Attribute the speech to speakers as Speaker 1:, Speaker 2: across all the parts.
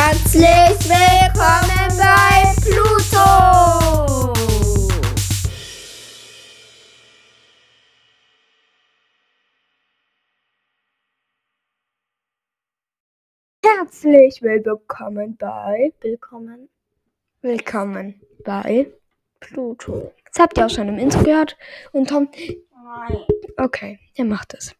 Speaker 1: Herzlich willkommen bei Pluto! Herzlich willkommen bei
Speaker 2: Willkommen
Speaker 1: Willkommen bei.
Speaker 2: Pluto.
Speaker 1: Das habt ihr auch schon im Intro gehört. Und Tom, okay, er macht es.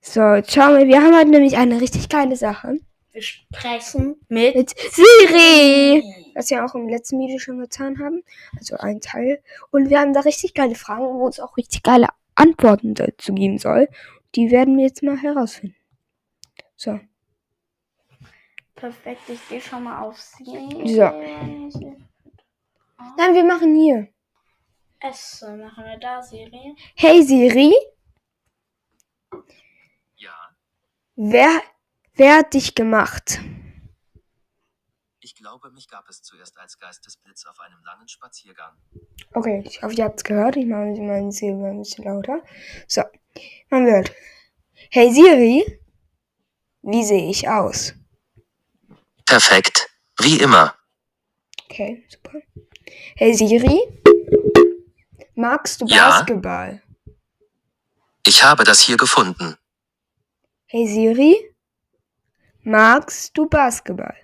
Speaker 1: So, jetzt schauen wir, wir haben heute nämlich eine richtig geile Sache.
Speaker 2: Wir sprechen mit
Speaker 1: Mit Siri! was wir auch im letzten Video schon getan haben. Also ein Teil. Und wir haben da richtig geile Fragen, wo es auch richtig geile Antworten dazu geben soll. Die werden wir jetzt mal herausfinden. So,
Speaker 2: Perfekt, ich gehe schon mal auf Siri.
Speaker 1: So. nein, wir machen hier.
Speaker 2: Essen machen wir da, Siri.
Speaker 1: Hey Siri,
Speaker 3: Ja,
Speaker 1: wer, wer hat dich gemacht?
Speaker 3: ich glaube, mich gab es zuerst als Geistesblitz auf einem langen Spaziergang.
Speaker 1: Okay, ich hoffe, ihr habt es gehört. Ich mache meine Siri mal ein bisschen lauter. So, man hört. Hey Siri, wie sehe ich aus?
Speaker 3: Perfekt. Wie immer.
Speaker 1: Okay, super. Hey Siri, magst du
Speaker 3: Ja?
Speaker 1: Basketball?
Speaker 3: Ich habe das hier gefunden.
Speaker 1: Hey Siri, magst du Basketball?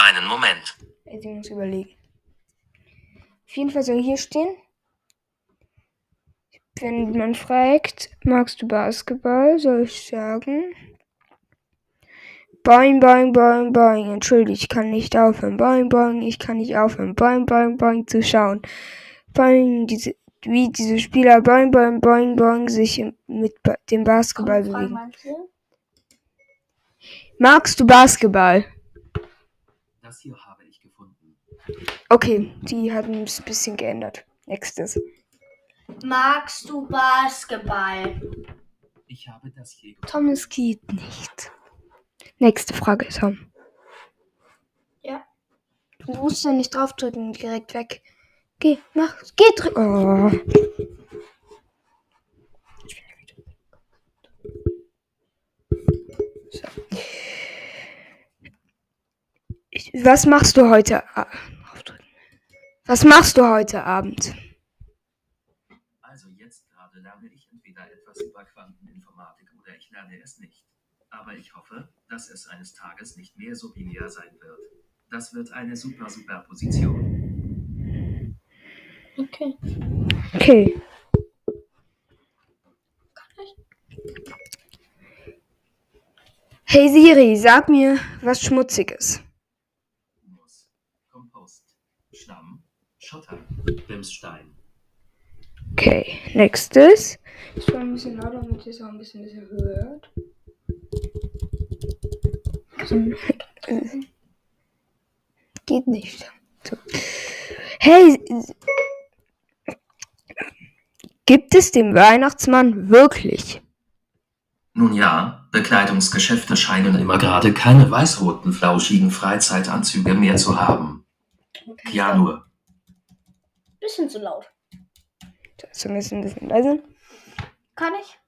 Speaker 3: Einen Moment.
Speaker 1: Hey, Sie muss überlegen. Auf jeden Fall soll hier stehen, wenn man fragt, magst du Basketball, soll ich sagen. Boing, boing, boing, boing. Entschuldigt, ich kann nicht aufhören. Boing, boing, ich kann nicht aufhören. Boing, boing, boing zu schauen. Boing, diese, wie diese Spieler boing, boing, boing, boing sich im- mit ba dem Basketball
Speaker 2: Frag
Speaker 1: bewegen.
Speaker 2: mal hier.
Speaker 1: Magst du Basketball?
Speaker 3: Das hier habe ich gefunden.
Speaker 1: Okay, die hatten es ein bisschen geändert. Nächstes.
Speaker 2: Magst du Basketball?
Speaker 3: Ich habe das hier gefunden.
Speaker 1: Tom, es geht nicht. Nächste Frage, Tom.
Speaker 2: Ja.
Speaker 1: Du musst ja nicht draufdrücken, direkt weg. Geh, mach, geh drücken. Oh. So. Ich- Was machst du heute? a- draufdrücken. Was machst du heute Abend?
Speaker 3: Also jetzt gerade lerne ich entweder etwas über Quanteninformatik oder ich lerne es nicht. Aber ich hoffe, dass es eines Tages nicht mehr so linear sein wird. Das wird eine super super Position.
Speaker 2: Okay.
Speaker 1: Okay. Hey Siri, sag mir was Schmutziges.
Speaker 3: Muss. Kompost. Schlamm. Schotter. Bimsstein.
Speaker 1: Okay, nächstes. Ich war ein bisschen lauter, damit ihr es auch ein bisschen besser hört. Geht nicht. So. Hey, s- gibt es den Weihnachtsmann wirklich?
Speaker 3: Nun ja, Bekleidungsgeschäfte scheinen immer gerade keine weiß-roten, flauschigen Freizeitanzüge mehr zu haben. Ja, nur.
Speaker 2: Bisschen zu laut.
Speaker 1: Zumindest ein bisschen leiser.
Speaker 2: Kann ich?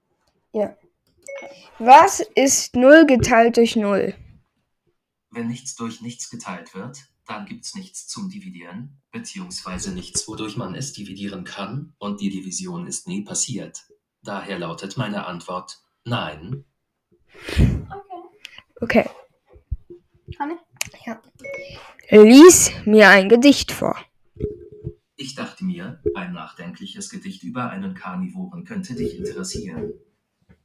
Speaker 1: Was ist 0 geteilt durch 0?
Speaker 3: Wenn nichts durch nichts geteilt wird, dann gibt's nichts zum Dividieren, beziehungsweise nichts, wodurch man es dividieren kann, und die Division ist nie passiert. Daher lautet meine Antwort, nein.
Speaker 2: Okay.
Speaker 1: Okay.
Speaker 2: Kann ich?
Speaker 1: Lies mir ein Gedicht vor.
Speaker 3: Ich dachte mir, ein nachdenkliches Gedicht über einen Karnivoren könnte dich interessieren.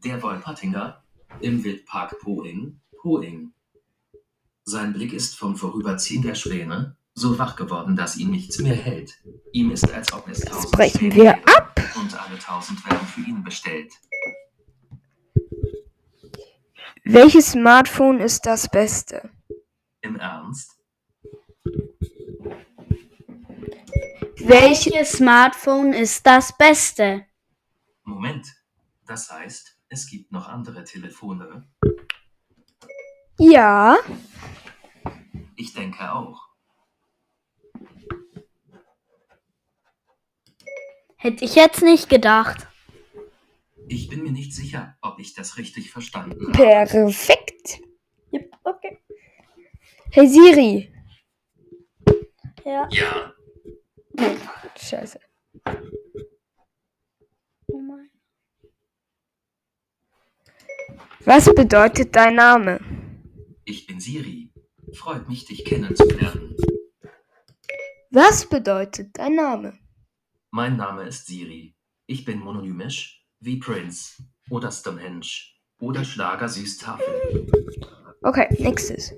Speaker 3: Der Wolpertinger im Wildpark Poing, Poing. Sein Blick ist vom Vorüberziehen der Schwäne so wach geworden, dass ihn nichts mehr hält. Ihm ist, als ob es tausend
Speaker 1: brechen
Speaker 3: Schwäne
Speaker 1: wir
Speaker 3: wären Und alle tausend werden für ihn bestellt.
Speaker 1: Welches Smartphone ist das beste?
Speaker 3: Im Ernst?
Speaker 1: Welche?
Speaker 2: Smartphone ist das Beste?
Speaker 3: Moment. Das heißt, es gibt noch andere Telefone.
Speaker 1: Ja.
Speaker 3: Ich denke auch.
Speaker 2: Hätte ich jetzt nicht gedacht.
Speaker 3: Ich bin mir nicht sicher, ob ich das richtig verstanden habe.
Speaker 1: Perfekt.
Speaker 2: okay.
Speaker 1: Hey Siri.
Speaker 2: Ja.
Speaker 3: Ja,
Speaker 1: Scheiße.
Speaker 2: Oh mein.
Speaker 1: Was bedeutet dein Name?
Speaker 3: ich bin Siri. Freut mich, dich kennenzulernen.
Speaker 1: Was bedeutet dein Name?
Speaker 3: Mein Name ist Siri. Ich bin mononymisch, wie Prince oder Stonehenge oder Schlager Süßtafel.
Speaker 1: Okay, nächstes.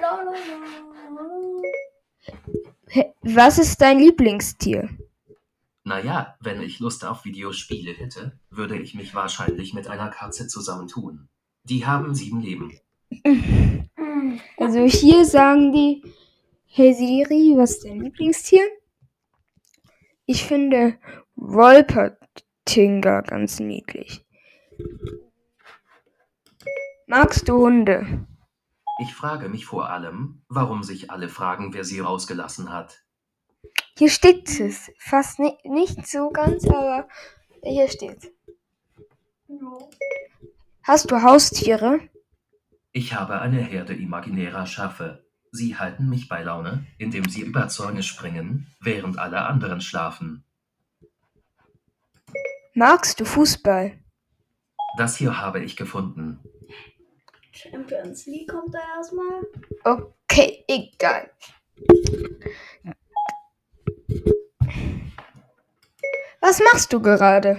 Speaker 2: La, la, la, la.
Speaker 1: Hä, Was ist dein Lieblingstier?
Speaker 3: Naja, wenn ich Lust auf Videospiele hätte, würde ich mich wahrscheinlich mit einer Katze zusammentun. Die haben sieben Leben.
Speaker 2: Mm.
Speaker 1: Also hier sagen die, hey Siri, was ist dein Lieblingstier? Ich finde Wolpertinger ganz niedlich. Magst du Hunde?
Speaker 3: Ich frage mich vor allem, warum sich alle fragen, wer sie rausgelassen hat.
Speaker 1: Hier steht es. Fast ni nicht so ganz, aber hier steht. Hast du Haustiere?
Speaker 3: Ich habe eine Herde imaginärer Schafe. Sie halten mich bei Laune, indem sie über Zäune springen, während alle anderen schlafen.
Speaker 1: Magst du Fußball?
Speaker 3: Das hier habe ich gefunden.
Speaker 2: Champions League kommt da erstmal.
Speaker 1: Okay, egal. Was machst du gerade?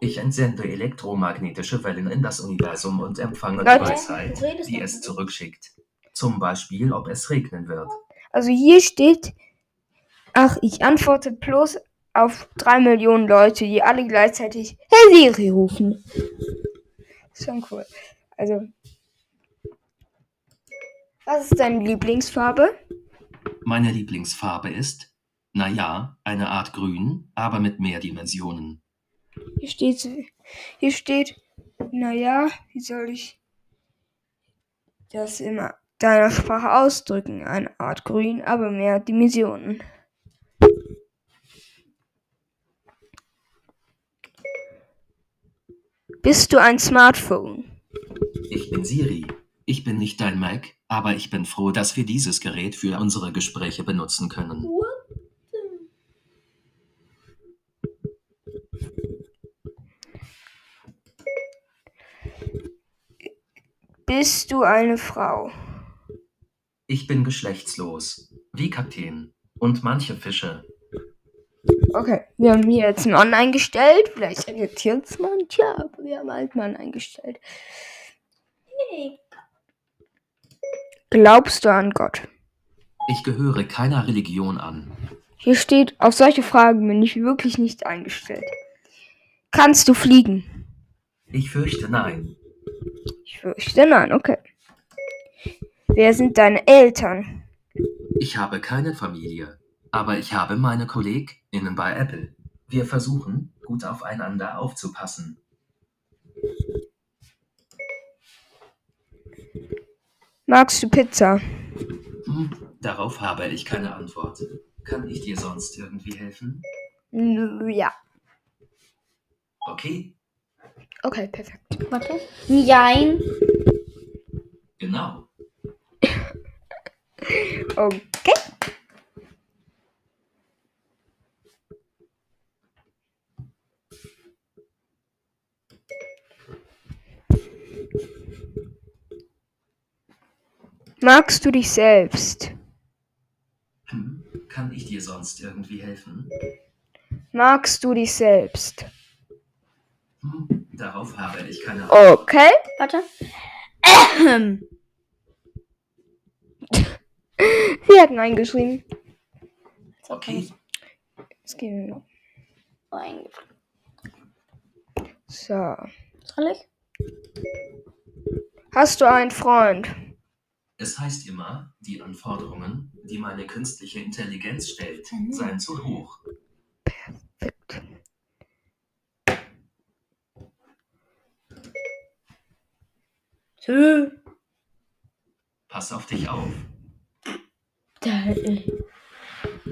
Speaker 3: Ich entsende elektromagnetische Wellen in das Universum und empfange
Speaker 1: Leute,
Speaker 3: die Zeit,
Speaker 2: du redest
Speaker 3: die
Speaker 2: doch
Speaker 3: es
Speaker 2: nicht.
Speaker 3: zurückschickt. Zum Beispiel, ob es regnen wird.
Speaker 1: Also hier steht, ach, ich antworte bloß auf drei Millionen Leute, die alle gleichzeitig Hey Siri rufen. Schon cool. Also, was ist deine Lieblingsfarbe?
Speaker 3: Meine Lieblingsfarbe ist, naja, eine Art Grün, aber mit mehr Dimensionen.
Speaker 1: Hier steht, hier steht, naja, wie soll ich das in deiner Sprache ausdrücken? Eine Art Grün, aber mehr Dimensionen. Bist du ein Smartphone?
Speaker 3: Ich bin Siri. Ich bin nicht dein Mac, aber ich bin froh, dass wir dieses Gerät für unsere Gespräche benutzen können.
Speaker 2: What?
Speaker 1: Bist du eine Frau?
Speaker 3: Ich bin geschlechtslos, wie Kakteen und manche Fische.
Speaker 1: Okay, wir haben hier jetzt einen Mann eingestellt. Vielleicht irritiert es manche, aber wir haben halt Mann eingestellt.
Speaker 2: Hey.
Speaker 1: Glaubst du an Gott?
Speaker 3: Ich gehöre keiner Religion an.
Speaker 1: Hier steht, auf solche Fragen bin ich wirklich nicht eingestellt. Kannst du fliegen?
Speaker 3: Ich fürchte nein.
Speaker 1: Ich fürchte nein, okay. Wer sind deine Eltern?
Speaker 3: Ich habe keine Familie, aber ich habe meine KollegInnen bei Apple. Wir versuchen, gut aufeinander aufzupassen.
Speaker 1: Magst du Pizza?
Speaker 3: Hm, darauf habe ich keine Antwort. Kann ich dir sonst irgendwie helfen?
Speaker 1: Nö, Ja.
Speaker 3: Okay,
Speaker 1: Okay, perfekt.
Speaker 2: Warte. Nein.
Speaker 3: genau.
Speaker 1: Okay. Magst du dich selbst?
Speaker 3: Hm, kann ich dir sonst irgendwie helfen?
Speaker 1: Magst du dich selbst?
Speaker 3: Hm, darauf habe ich keine Antwort.
Speaker 1: Okay.
Speaker 2: Warte. Ahem.
Speaker 1: Sie hat Nein geschrieben.
Speaker 3: Okay,
Speaker 1: Jetzt gehen wir noch.
Speaker 2: Nein.
Speaker 1: So.
Speaker 2: Soll ich?
Speaker 1: Hast du einen Freund?
Speaker 3: es heißt immer, die Anforderungen, die meine künstliche Intelligenz stellt,
Speaker 2: Mhm.
Speaker 3: seien zu hoch.
Speaker 1: Perfekt.
Speaker 2: Tschüss.
Speaker 3: Pass auf dich auf.
Speaker 2: Da, äh,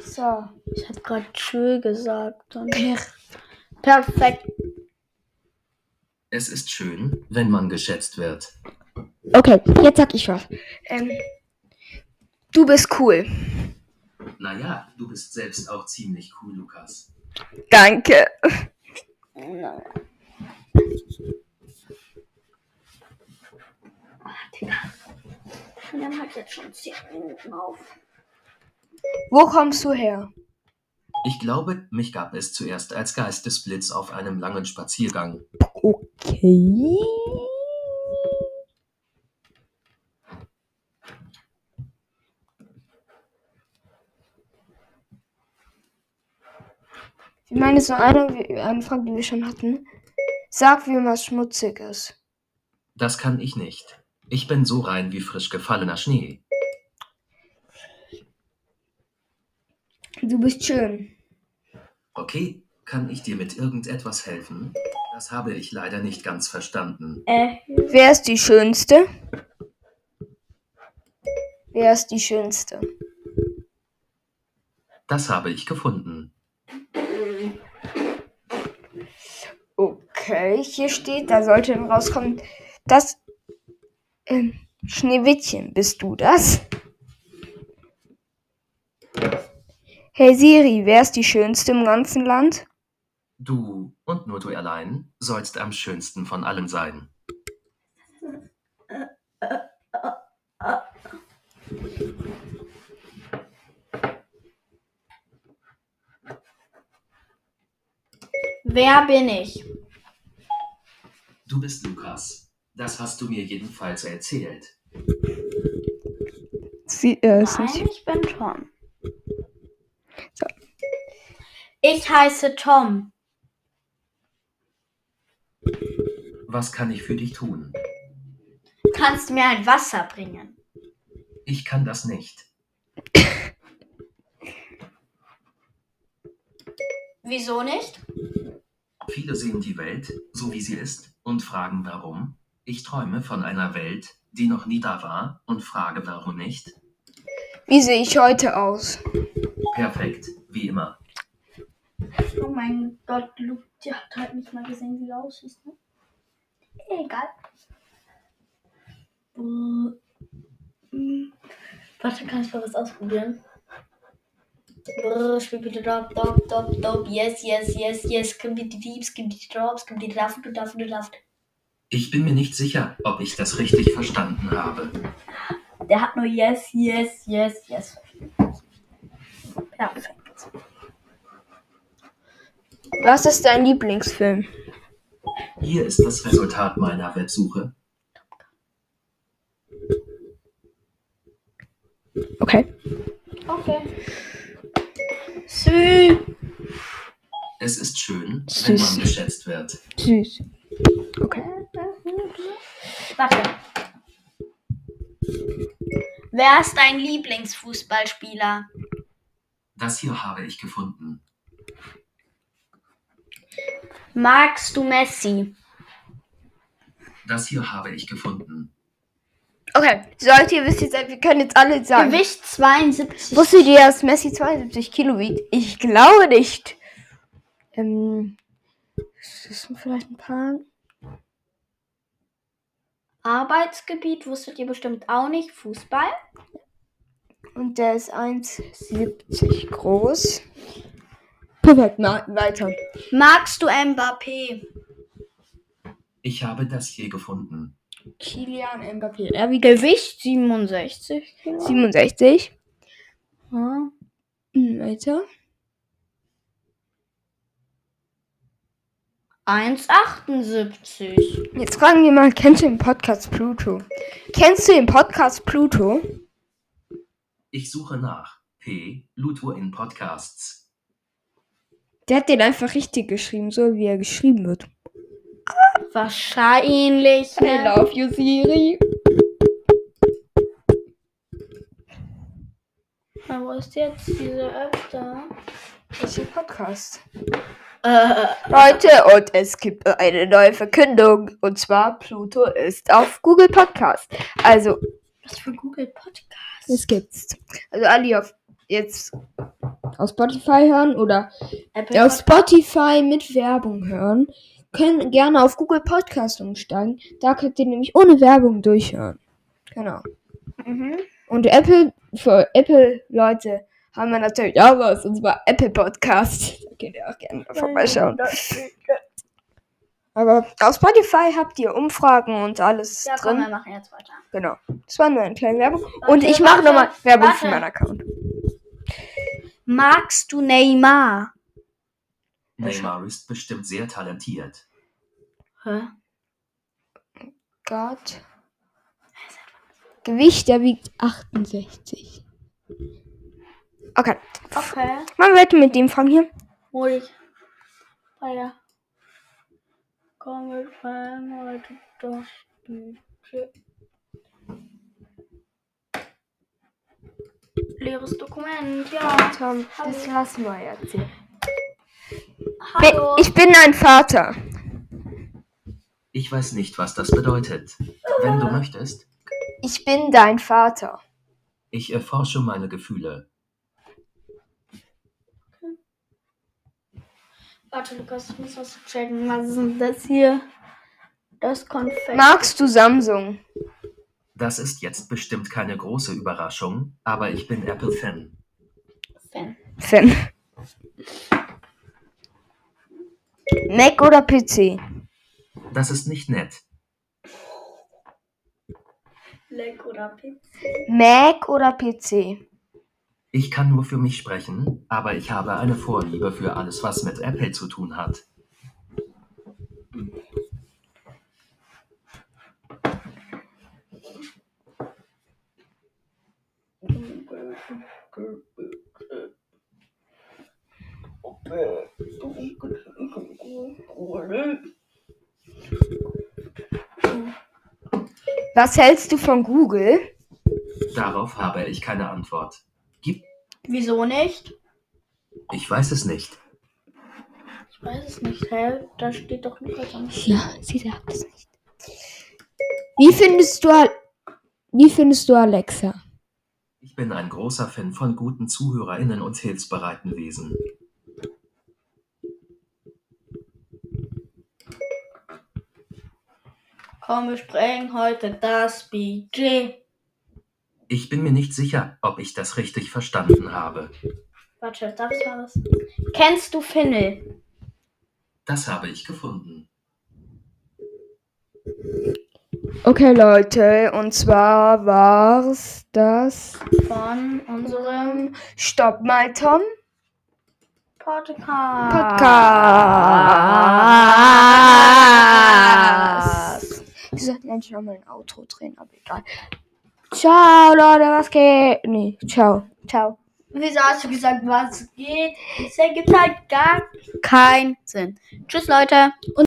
Speaker 1: So.
Speaker 2: Ich hab grad schön gesagt. Und
Speaker 1: Per
Speaker 2: perfekt.
Speaker 3: Es ist schön, wenn man geschätzt wird.
Speaker 1: Okay, jetzt sag ich was. Ähm, du bist cool.
Speaker 3: Naja, du bist selbst auch ziemlich cool, Lukas.
Speaker 1: Danke.
Speaker 2: Wir haben halt jetzt schon 10 Minuten auf.
Speaker 1: Wo kommst du her?
Speaker 3: Ich glaube, mich gab es zuerst als Geistesblitz auf einem langen Spaziergang.
Speaker 1: Okay. Ich meine, so eine, wie- eine Frage, die wir schon hatten. Sag, wie was schmutzig ist.
Speaker 3: Das kann ich nicht. Ich bin so rein wie frisch gefallener Schnee.
Speaker 1: Du bist schön.
Speaker 3: Okay, kann ich dir mit irgendetwas helfen? Das habe ich leider nicht ganz verstanden.
Speaker 2: Äh,
Speaker 1: Wer ist die Schönste? Wer ist die Schönste?
Speaker 3: Das habe ich gefunden.
Speaker 1: Okay, hier steht, da sollte dann rauskommen, das ähm, Schneewittchen, bist du das? Hey Siri, wer ist die Schönste im ganzen Land?
Speaker 3: Du und nur du allein sollst am schönsten von allen sein.
Speaker 2: wer bin ich?
Speaker 3: Du bist Lukas. Das hast du mir jedenfalls erzählt.
Speaker 1: Sie äh,
Speaker 2: Nein, ich bin Tom.
Speaker 1: So.
Speaker 2: Ich heiße Tom.
Speaker 3: Was kann ich für dich tun?
Speaker 2: Kannst du mir ein Wasser bringen?
Speaker 3: Ich kann das nicht.
Speaker 2: Wieso nicht?
Speaker 3: Viele sehen die Welt, so wie sie ist, und fragen warum. Ich träume von einer Welt, die noch nie da war, und frage warum nicht.
Speaker 1: Wie sehe ich heute aus?
Speaker 3: Perfekt, wie immer.
Speaker 2: Oh mein Gott, Luke, die hat halt nicht mal gesehen, wie du aussiehst, ne? Egal. Buh. Hm. Warte, kann ich mal was ausprobieren? Brrr, spiel bitte drop, drop, drop, drop, yes, yes, yes, yes, gib mir die Weeps, gib mir die Drops, gib mir die Raffen, du darfst, du darfst.
Speaker 3: Ich bin mir nicht sicher, ob ich das richtig verstanden habe.
Speaker 2: Der hat nur yes, yes, yes, yes. Perfekt.
Speaker 1: Was ist dein Lieblingsfilm?
Speaker 3: Hier ist das Resultat meiner Websuche.
Speaker 1: Okay.
Speaker 2: Okay. Sü.
Speaker 3: Es ist schön, wenn man
Speaker 1: Süß.
Speaker 3: geschätzt wird.
Speaker 1: Süß. Okay.
Speaker 2: Warte. Wer ist dein Lieblingsfußballspieler?
Speaker 3: Das hier habe ich gefunden.
Speaker 2: Magst du Messi?
Speaker 3: Das hier habe ich gefunden.
Speaker 1: Okay, solltet ihr wissen, seid, wir können jetzt alle sagen.
Speaker 2: Gewicht 72.
Speaker 1: Wusstet ihr, dass Messi 72 Kilo wiegt? Ich glaube nicht. Ähm, das sind vielleicht ein paar.
Speaker 2: Arbeitsgebiet wusstet ihr bestimmt auch nicht. Fußball.
Speaker 1: Und der ist 1,70 groß. Perfekt, na, weiter.
Speaker 2: Magst du Mbappé?
Speaker 3: Ich habe das hier gefunden.
Speaker 1: Kilian Mbappé. Er wiegt
Speaker 2: Gewicht 67.
Speaker 1: 67.
Speaker 2: Hm.
Speaker 1: Hm, Weiter.
Speaker 2: 1,78.
Speaker 1: Jetzt fragen wir mal, kennst du den Podcast Pluto? Kennst du den Podcast Pluto?
Speaker 3: Ich suche nach P. Luthor in Podcasts.
Speaker 1: Der hat den einfach richtig geschrieben, so wie er geschrieben wird.
Speaker 2: Wahrscheinlich.
Speaker 1: I love you, Siri.
Speaker 2: Na, Wo ist jetzt diese App da?
Speaker 1: Welcher Podcast?
Speaker 2: Äh,
Speaker 1: Leute, und es gibt eine neue Verkündung. Und zwar, Pluto ist auf Google Podcast. Also,
Speaker 2: was für Google Podcast?
Speaker 1: es gibt's. Also, alle, die auf jetzt auf Spotify hören oder
Speaker 2: Apple
Speaker 1: auf Spotify mit Werbung hören, Können gerne auf Google Podcast umsteigen. Da könnt ihr nämlich ohne Werbung durchhören. Genau.
Speaker 2: Mhm.
Speaker 1: Und Apple, für Apple-Leute haben wir natürlich auch was, und zwar Apple Podcast. Da könnt ihr auch gerne mal vorbeischauen. Aber auf Spotify habt ihr Umfragen und alles
Speaker 2: Ja, komm, wir
Speaker 1: drin.
Speaker 2: machen jetzt weiter.
Speaker 1: Genau. Das war nur eine kleine Werbung.
Speaker 2: Warte,
Speaker 1: Und ich mache
Speaker 2: warte,
Speaker 1: nochmal Werbung
Speaker 2: warte.
Speaker 1: für meinen Account.
Speaker 2: Magst du Neymar?
Speaker 3: Neymar ist bestimmt sehr talentiert.
Speaker 2: Hä?
Speaker 1: Gott. Gewicht, der wiegt 68. Okay.
Speaker 2: Okay.
Speaker 1: Mal weiter mit dem Fang hier.
Speaker 2: Hol ich. Weiter. Komm mit meinem heute das Büchlein. Leeres Dokument, ja.
Speaker 1: Tom, das lassen wir jetzt hier.
Speaker 2: Hallo.
Speaker 1: Ich bin ein Vater.
Speaker 3: Ich weiß nicht, was das bedeutet. Wenn du möchtest,
Speaker 1: Ich bin dein Vater.
Speaker 3: ich erforsche meine Gefühle.
Speaker 2: Warte, Lukas, ich muss was checken. Was ist denn das hier? Das Konfekt.
Speaker 1: Magst du Samsung?
Speaker 3: Das ist jetzt bestimmt keine große Überraschung, aber ich bin Apple-Fan.
Speaker 2: Fan.
Speaker 1: Fan. Mac oder PC?
Speaker 3: Das ist nicht nett.
Speaker 2: Leck oder Pizza?
Speaker 1: Mac oder PC?
Speaker 3: Ich kann nur für mich sprechen, aber ich habe eine Vorliebe für alles, was mit Apple zu tun hat.
Speaker 1: Was hältst du von Google?
Speaker 3: Darauf habe ich keine Antwort. Gibt.
Speaker 2: Wieso nicht?
Speaker 3: Ich weiß es nicht.
Speaker 2: Ich weiß es nicht, hä? Da steht doch Lukas am
Speaker 1: Ja, sie sagt es nicht. Wie findest du, Al- wie findest du Alexa?
Speaker 3: Ich bin ein großer Fan von guten ZuhörerInnen und hilfsbereiten Wesen.
Speaker 2: Komm, wir sprengen heute das Budget.
Speaker 3: Ich bin mir nicht sicher, ob ich das richtig verstanden habe.
Speaker 2: Warte, darf ich mal was? Kennst du Finnel?
Speaker 3: Das habe ich gefunden.
Speaker 1: Okay, Leute, und zwar war's das.
Speaker 2: Von unserem
Speaker 1: Stopp mal, Tom.
Speaker 2: Podcast.
Speaker 1: Podcast. Wir sollten eigentlich auch mal ein Outro drehen, aber egal. Ciao, Leute, was geht? Nee, ciao. Ciao.
Speaker 2: Wieso hast du gesagt, was geht? Es ergibt halt gar keinen Sinn. Tschüss, Leute.